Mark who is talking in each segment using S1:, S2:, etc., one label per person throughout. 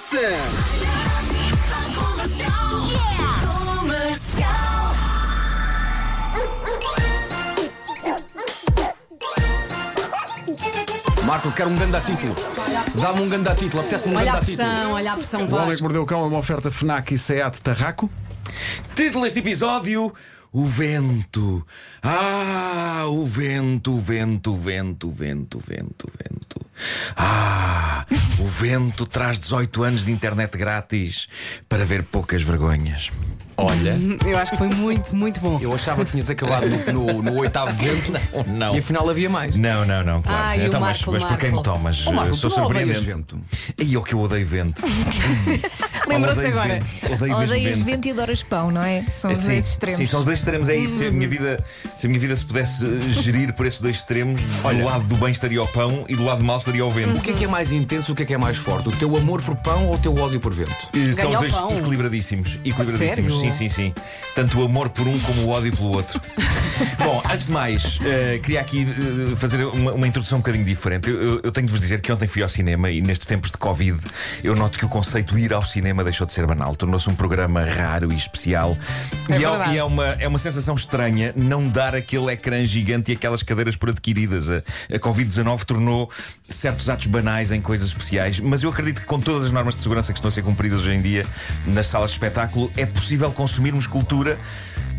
S1: Força!
S2: Marco, quero um ganda título. Dá-me um ganda título, apetece-me um
S3: Olha a
S2: ganda título.
S3: pressão, olha a pressão,
S4: O Homem que
S3: Vasco.
S4: Mordeu o Cão é uma oferta FNAC e SEAT Tarraco.
S1: Título deste episódio: O Vento. Ah, o vento, o vento, o vento, o vento, o vento, o vento. Ah, o vento traz 18 anos de internet grátis para ver poucas vergonhas.
S2: Olha,
S3: Eu acho que foi muito, muito bom.
S2: eu achava que tinhas acabado no, no- no oitavo vento
S1: Não.
S2: e afinal havia mais.
S1: Não, não, não, claro.
S3: Ai, o
S1: então, mas,
S3: Marco,
S1: mas por quem me
S3: Marco.
S1: tomas? eh,
S2: Ó, Marco,
S1: sou
S2: tu não odeias
S1: surpreendente.
S2: vento?
S1: E eu que eu odeio vento.
S3: Lembrou-se
S1: Odeio
S3: agora.
S1: vento. Odeio mesmo
S5: Odeias
S1: vento.
S5: vento e adoras pão, não é? São os
S1: Sim,
S5: dois extremos.
S1: Sim, são os dois extremos. É isso. Se a minha vida se, a minha vida se pudesse eh, gerir por esses dois extremos,
S2: Olha.
S1: do lado do bem estaria o pão e do lado do mal estaria o vento.
S2: O que é que é mais intenso, o que é que é mais forte? O teu amor por pão ou o teu ódio por vento?
S1: E Estão os
S3: Ganhou
S1: dois
S3: pão.
S1: equilibradíssimos. Equilibradíssimos, sim,
S3: Sério?
S1: sim, sim. Tanto o amor por um como o ódio pelo outro. Bom, antes de mais, eh, queria aqui eh, fazer uma, uma introdução um bocadinho diferente. Eu, eu- eu tenho de vos dizer que ontem fui ao cinema e nestes tempos de Covid eu noto que o conceito de ir ao cinema deixou de ser banal. Tornou-se um programa raro e especial. e é,
S3: verdade.
S1: e é uma, é uma sensação estranha não dar aquele ecrã gigante e aquelas cadeiras por adquiridas. A, a Covid-19 tornou certos atos banais em coisas especiais, mas eu acredito que com todas as normas de segurança que estão a ser cumpridas hoje em dia nas salas de espetáculo, é possível consumirmos cultura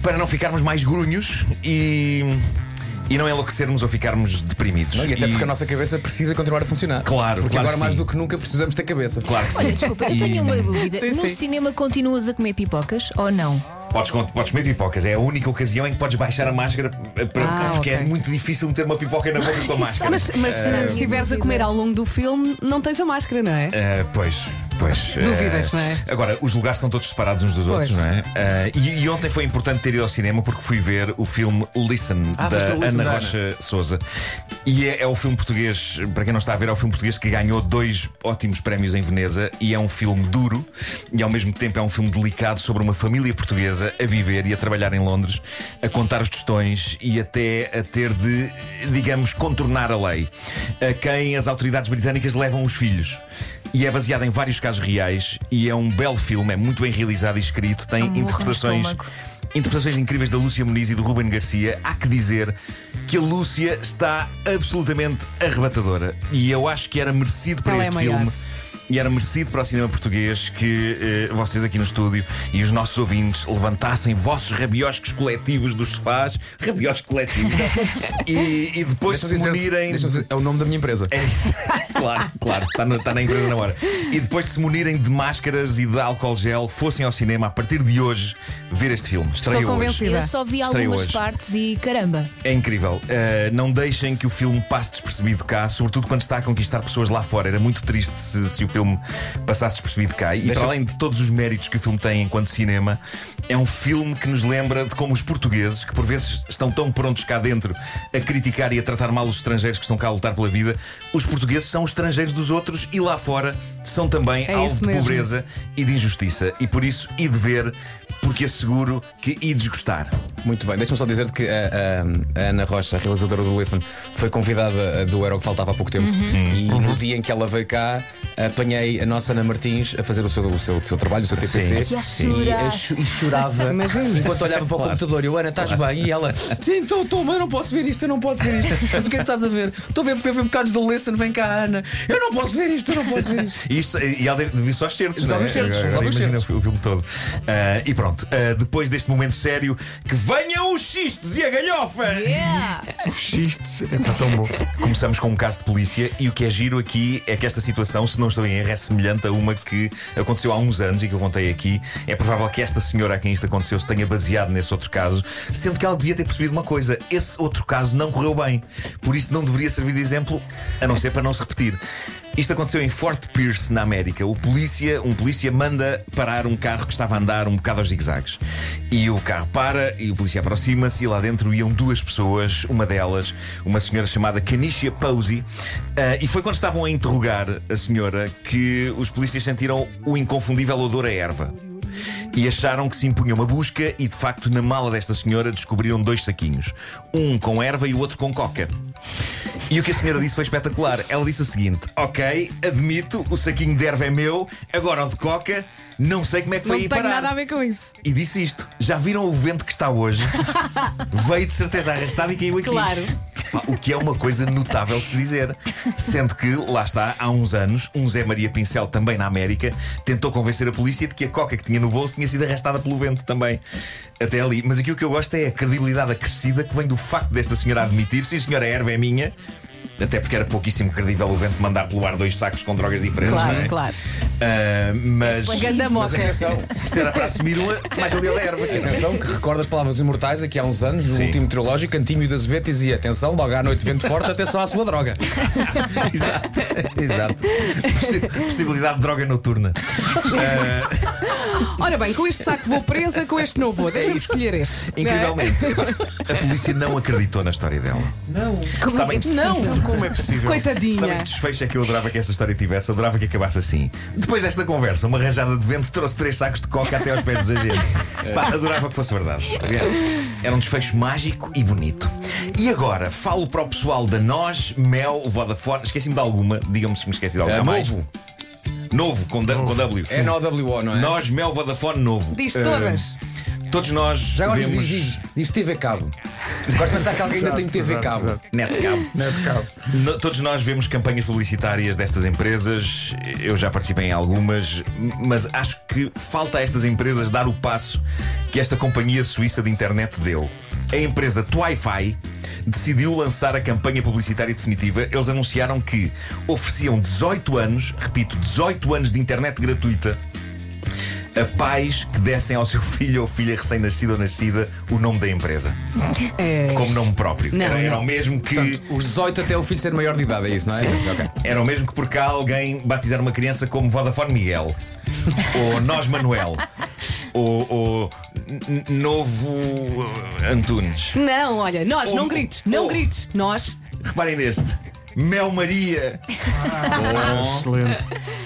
S1: para não ficarmos mais grunhos e. E não enlouquecermos ou ficarmos deprimidos.
S2: Não, e até porque a nossa cabeça precisa continuar a funcionar.
S1: Claro,
S2: Porque
S1: claro
S2: agora
S1: que
S2: mais
S1: sim.
S2: do que nunca precisamos ter cabeça.
S1: Claro que sim.
S5: Olha, desculpa, eu tenho uma dúvida.
S3: Sim,
S5: no
S3: sim.
S5: cinema continuas a comer pipocas ou não?
S1: Podes, com- podes comer pipocas, é a única ocasião em que podes baixar a máscara eh, para-
S3: Ah,
S1: porque é
S3: ok. é
S1: muito difícil meter uma pipoca na boca com a máscara.
S3: Mas, mas
S1: É.
S3: se estiveres a comer ao longo do filme, não tens a máscara, não é?
S1: Ah, pois, pois.
S3: Duvidas,
S1: ah,
S3: não é?
S1: Agora, os lugares estão todos separados uns dos
S3: Pois.
S1: outros, não é? Ah, e, e ontem foi importante ter ido ao cinema porque fui ver o filme Listen,
S2: Ah,
S1: da
S2: foste ver o
S1: Ana
S2: Listen
S3: é?
S2: da Ana.
S1: Rocha Souza. E é, é o filme português, para quem não está a ver, é o filme português que ganhou dois ótimos prémios em Veneza e é um filme duro e ao mesmo tempo é um filme delicado sobre uma família portuguesa a viver e a trabalhar em Londres, a contar os tostões e até a ter de, digamos, contornar a lei a quem as autoridades britânicas levam os filhos. E é baseado em vários casos reais e é um belo filme, é muito bem realizado e escrito, tem
S5: Amor no
S1: interpretações.
S5: estômago.
S1: Interpretações incríveis da Lúcia Muniz e do Ruben Garcia. Há que dizer que a Lúcia está absolutamente arrebatadora. E eu acho que era merecido para
S3: Ela é
S1: este
S3: a maior.
S1: filme. E era merecido para o cinema português que eh, vocês aqui no estúdio e os nossos ouvintes levantassem vossos rabioscos coletivos dos sofás, rabioscos coletivos, e, e depois
S2: Deixa-me
S1: se
S2: dizer-
S1: unirem.
S2: deixa-me dizer, é o nome da minha empresa.
S1: É isso. claro, claro, está na, tá na empresa na hora. E depois de se munirem de máscaras e de álcool gel, fossem ao cinema a partir de hoje ver este filme. Estreia
S3: Estou
S1: hoje.
S3: convencida.
S5: Eu só vi
S1: Estreia
S5: algumas
S1: hoje.
S5: partes e caramba.
S1: É incrível. Uh, não deixem que o filme passe despercebido cá, sobretudo quando está a conquistar pessoas lá fora. Era muito triste se, se o filme passasse despercebido cá. E para além de todos os méritos que o filme tem enquanto cinema, é um filme que nos lembra de como os portugueses, que por vezes estão tão prontos cá dentro a criticar e a tratar mal os estrangeiros que estão cá a lutar pela vida, os portugueses são os estrangeiros dos outros e lá fora são também
S3: É
S1: alvo
S3: isso
S1: de
S3: mesmo.
S1: pobreza e de injustiça. E por isso, e de ver, porque asseguro que e desgostar.
S2: Muito bem, deixa-me só dizer que a, a- a Ana Rocha, a realizadora do Listen, foi convidada a- do Era o que Faltava há pouco tempo.
S5: Uhum.
S2: E no dia em que ela veio cá, apanhei a nossa Ana Martins a fazer o seu, o seu, o seu trabalho, o seu TPC.
S5: Sim. E a chorar.
S2: E, a cho- e chorava enquanto olhava para o computador. E eu, Ana, estás bem? E ela, sim, estou, estou, mas eu não posso ver isto, eu não posso ver isto. Mas o que é que estás a ver? Estou a ver porque eu vi bocados do Listen, vem cá, Ana. Eu não posso ver isto, eu não posso ver
S1: E
S2: isto.
S1: Isto, e ela deve vir só aos certos,
S2: Só
S1: não é?
S2: aos certos,
S1: Agora,
S2: só aos
S1: imagina o filme todo. Ah, e pronto, ah, depois deste momento sério, que venham os xistos e a galhofa!
S4: Os xistes é para bom.
S1: Começamos com um caso de polícia e o que é giro aqui é que esta situação, se não estou em erro, é semelhante a uma que aconteceu há uns anos e que eu contei aqui. É provável que esta senhora a quem isto aconteceu se tenha baseado nesse outro caso, sendo que ela devia ter percebido uma coisa: esse outro caso não correu bem, por isso não deveria servir de exemplo, a não ser para não se repetir. Isto aconteceu em Fort Pierce, na América. O polícia, um polícia manda parar um carro que estava a andar um bocado aos zigzags. E o carro para e o polícia aproxima-se e lá dentro iam duas pessoas, uma delas, uma senhora chamada Canicia Posey. Ah, e foi quando estavam a interrogar a senhora que os polícias sentiram o inconfundível odor a erva. e acharam que se impunha uma busca e, de facto, na mala desta senhora descobriram dois saquinhos. Um com erva e o outro com coca. E o que a senhora disse foi espetacular. Ela disse o seguinte: Ok, admito, o saquinho de erva é meu, agora o de coca, não sei como é que foi
S3: não
S1: aí
S3: tem
S1: parar.
S3: nada a ver com isso.
S1: E disse isto: Já viram o vento que está hoje? Veio de certeza arrastado e caiu aqui.
S3: Claro.
S1: Pá, O que é uma coisa notável de se dizer. Sendo que, lá está, há uns anos, um Zé Maria Pincel, também na América, tentou convencer a polícia de que a coca que tinha no bolso tinha sido arrastada pelo vento também. Até ali. Mas aqui o que eu gosto é a credibilidade acrescida que vem do facto desta senhora admitir: Sim, senhora, a erva é minha. Até porque era pouquíssimo credível o vento mandar pelo ar dois sacos com drogas diferentes.
S3: Claro,
S1: não é?
S3: claro.
S1: Ah, mas. é
S3: Ganda
S2: Mas
S3: moca.
S1: assim.
S2: atenção,
S1: Se era para assumir uma, mais ali a da erva. quer dizer.
S2: atenção, que recorda as palavras imortais aqui há uns anos, no
S1: Sim.
S2: último trilógico, Antímio das Azevedo dizia: atenção, logo à noite, vento forte, atenção à sua droga.
S1: Exato, exato. Possi- Possibilidade de droga noturna.
S3: Ora bem, com este saco vou presa, com este não vou.
S1: É
S3: Deixa-me escolher este.
S1: Incrivelmente, a polícia não acreditou na história dela.
S5: Como
S1: Sabem-
S5: é que é possível?
S1: Como é possível?
S3: Coitadinha.
S1: Sabem que desfecho é que eu adorava que esta história tivesse? Adorava que acabasse assim. Depois desta conversa, uma rajada de vento trouxe três sacos de coca até aos pés dos agentes. Pá, adorava que fosse verdade. Era um desfecho mágico e bonito. E agora, falo para o pessoal da Nós, Mel, Vodafone. Esqueci-me de alguma, digam-me se me esqueci de alguma.
S2: É
S1: Há mais?
S2: novo.
S1: Novo, com, da- com W.
S2: É na OWO, não é?
S1: Nós, Mel Vodafone novo.
S3: Diz
S1: Eh,
S3: todas.
S1: todos nós
S2: Já agora diz,
S1: vemos.
S2: diz, diz, diz TV Cabo. Gosto de pensar que alguém ainda tem TV
S4: Exato,
S2: Cabo.
S4: exato.
S1: Netcab.
S4: Net Cabo.
S1: No- Todos nós vemos campanhas publicitárias destas empresas, eu já participei em algumas, mas acho que falta a estas empresas dar o passo que esta companhia suíça de internet deu. A empresa Twifi decidiu lançar a campanha publicitária definitiva. Eles anunciaram que ofereciam 18 anos, repito, 18 anos de internet gratuita a pais que dessem ao seu filho ou filha recém-nascida ou nascida o nome da empresa, como nome próprio.
S3: É. Não,
S1: era, era um
S3: não.
S1: o mesmo que.
S2: Os 18 até o filho ser maior de idade, é isso, não é? Ok.
S1: Era o mesmo que por cá alguém batizar uma criança como Vodafone Miguel ou Nós Manuel ou, ou N- N- Novo uh, Antunes.
S3: Não, olha, nós,
S1: Oh,
S3: não grites, não
S1: oh.
S3: grites. Nós,
S1: Reparem neste. Mel Maria.
S4: Excelente.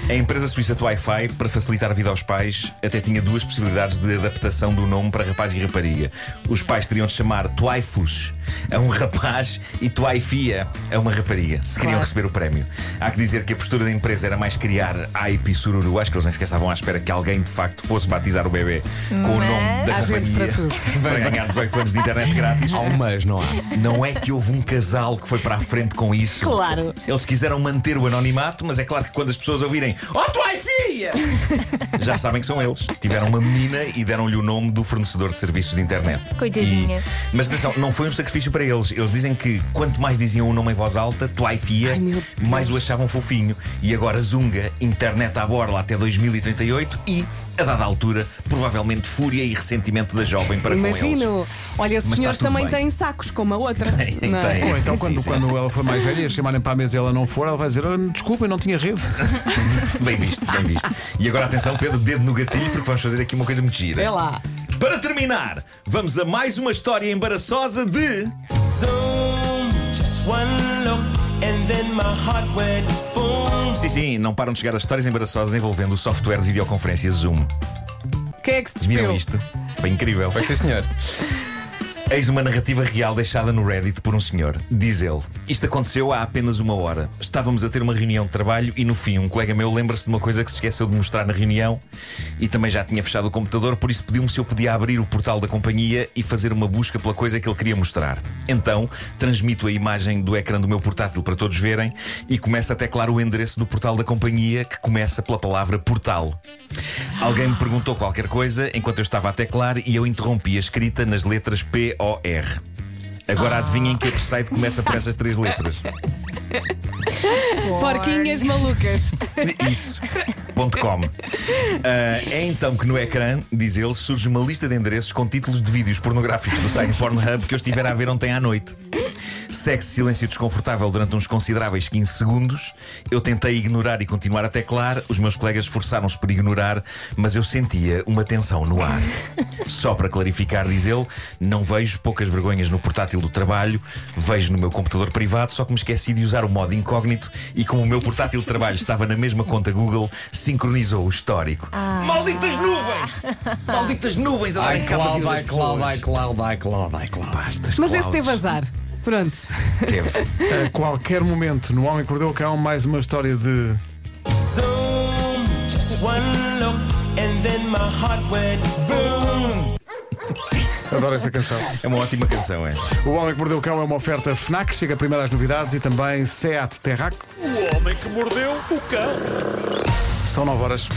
S1: A empresa suíça Twifi, para facilitar a vida aos pais, até tinha duas possibilidades de adaptação do nome para rapaz e rapariga. Os pais teriam de chamar Twifus a um rapaz e Twifia a uma rapariga, se queriam receber o prémio. Há que dizer que a postura da empresa era mais criar hype e sururu. Acho que eles nem sequer estavam à espera que alguém de facto fosse batizar o bebê com o nome da
S5: Mas-
S3: gente
S1: companhia
S3: para tudo.
S1: para ganhar 18 anos de internet grátis.
S2: Há um mês, não há?
S1: Não é que houve um casal que foi para a frente com isso.
S3: Claro.
S1: Eles quiseram manter o anonimato, mas é claro que quando as pessoas ouvirem Oh, tu ai, filha! Já sabem que são eles. Tiveram uma menina e deram-lhe o nome do fornecedor de serviços de internet.
S5: Coitadinha.
S1: E- Mas atenção, não foi um sacrifício para eles. Eles dizem que quanto mais diziam o nome em voz alta, Tuai Fia,
S3: Ai, meu Deus.
S1: mais o achavam fofinho. E agora Zunga, internet à borla até 2038 e, a dada altura, provavelmente fúria e ressentimento da jovem para com eles.
S3: imagino. Olha, esses
S1: Mas
S3: senhores
S1: está tudo
S3: também
S1: bem.
S3: têm sacos, como a outra.
S1: Tem,
S3: não é?
S1: tem.
S4: Ou então,
S1: Sim,
S4: quando,
S1: sim, sim.
S4: quando ela for mais velha e chamarem para a mesa e ela não for, ela vai dizer: "Oh, Desculpa, eu não tinha rede.
S1: Bem visto, bem visto. E agora atenção, Pedro, dedo no gatilho, porque vamos fazer aqui uma coisa muito gira.
S3: Vê lá.
S1: Para terminar, vamos a mais uma história embaraçosa de.
S6: Zoom, just one look, and then my heart went boom.
S1: Sim, sim, não param de chegar as histórias embaraçosas envolvendo o software de videoconferência Zoom.
S3: Quem é que se
S1: Viram
S3: despediu?
S1: isto? Foi incrível.
S2: Pois sim, senhor.
S1: Eis uma narrativa real deixada no Reddit por um senhor. Diz ele: Isto aconteceu há apenas uma hora. Estávamos a ter uma reunião de trabalho e, no fim, um colega meu lembra-se de uma coisa que se esqueceu de mostrar na reunião e também já tinha fechado o computador, por isso pediu-me se eu podia abrir o portal da companhia e fazer uma busca pela coisa que ele queria mostrar. Então, transmito a imagem do ecrã do meu portátil para todos verem e começa até claro o endereço do portal da companhia, que começa pela palavra portal. Alguém me perguntou qualquer coisa enquanto eu estava a teclar e eu interrompi a escrita nas letras P-O-R. Agora adivinhem que outro site começa por essas três letras.
S3: Porquinhas malucas.
S1: Isso. Ponto .com. Ah, é então que no ecrã, diz ele, surge uma lista de endereços com títulos de vídeos pornográficos do site Pornhub que eu estiver a ver ontem à noite. Segue-se silêncio desconfortável durante uns consideráveis 15 segundos. Eu tentei ignorar e continuar a teclar. Os meus colegas esforçaram-se por ignorar, mas eu sentia uma tensão no ar. Só para clarificar, diz ele, não vejo poucas vergonhas no portátil do trabalho, vejo no meu computador privado, só que me esqueci de usar o modo incógnito e como o meu portátil de trabalho estava na mesma conta Google, sincronizou o histórico.
S3: Ah.
S1: Malditas nuvens! Malditas nuvens a darem
S7: Ai,
S1: cabo da
S7: Cláudio,
S1: vida
S7: vai,
S1: das pessoas.
S7: Cláudio, vai, Cláudio, vai, Cláudio, vai, Cláudio.
S1: Bastas,
S3: Mas esse
S1: Cláudios.
S3: teve azar. Pronto.
S1: Teve.
S2: A qualquer momento, no Homem que Mordeu o Cão, mais uma história de.
S6: Zoom, just one look, and then my heart went boom.
S2: Adoro esta canção.
S1: É uma ótima canção, é.
S2: O Homem que Mordeu o Cão é uma oferta Fnac, chega primeiro às novidades e também Seat Terrac.
S8: O homem que mordeu o cão.
S2: São 9 horas.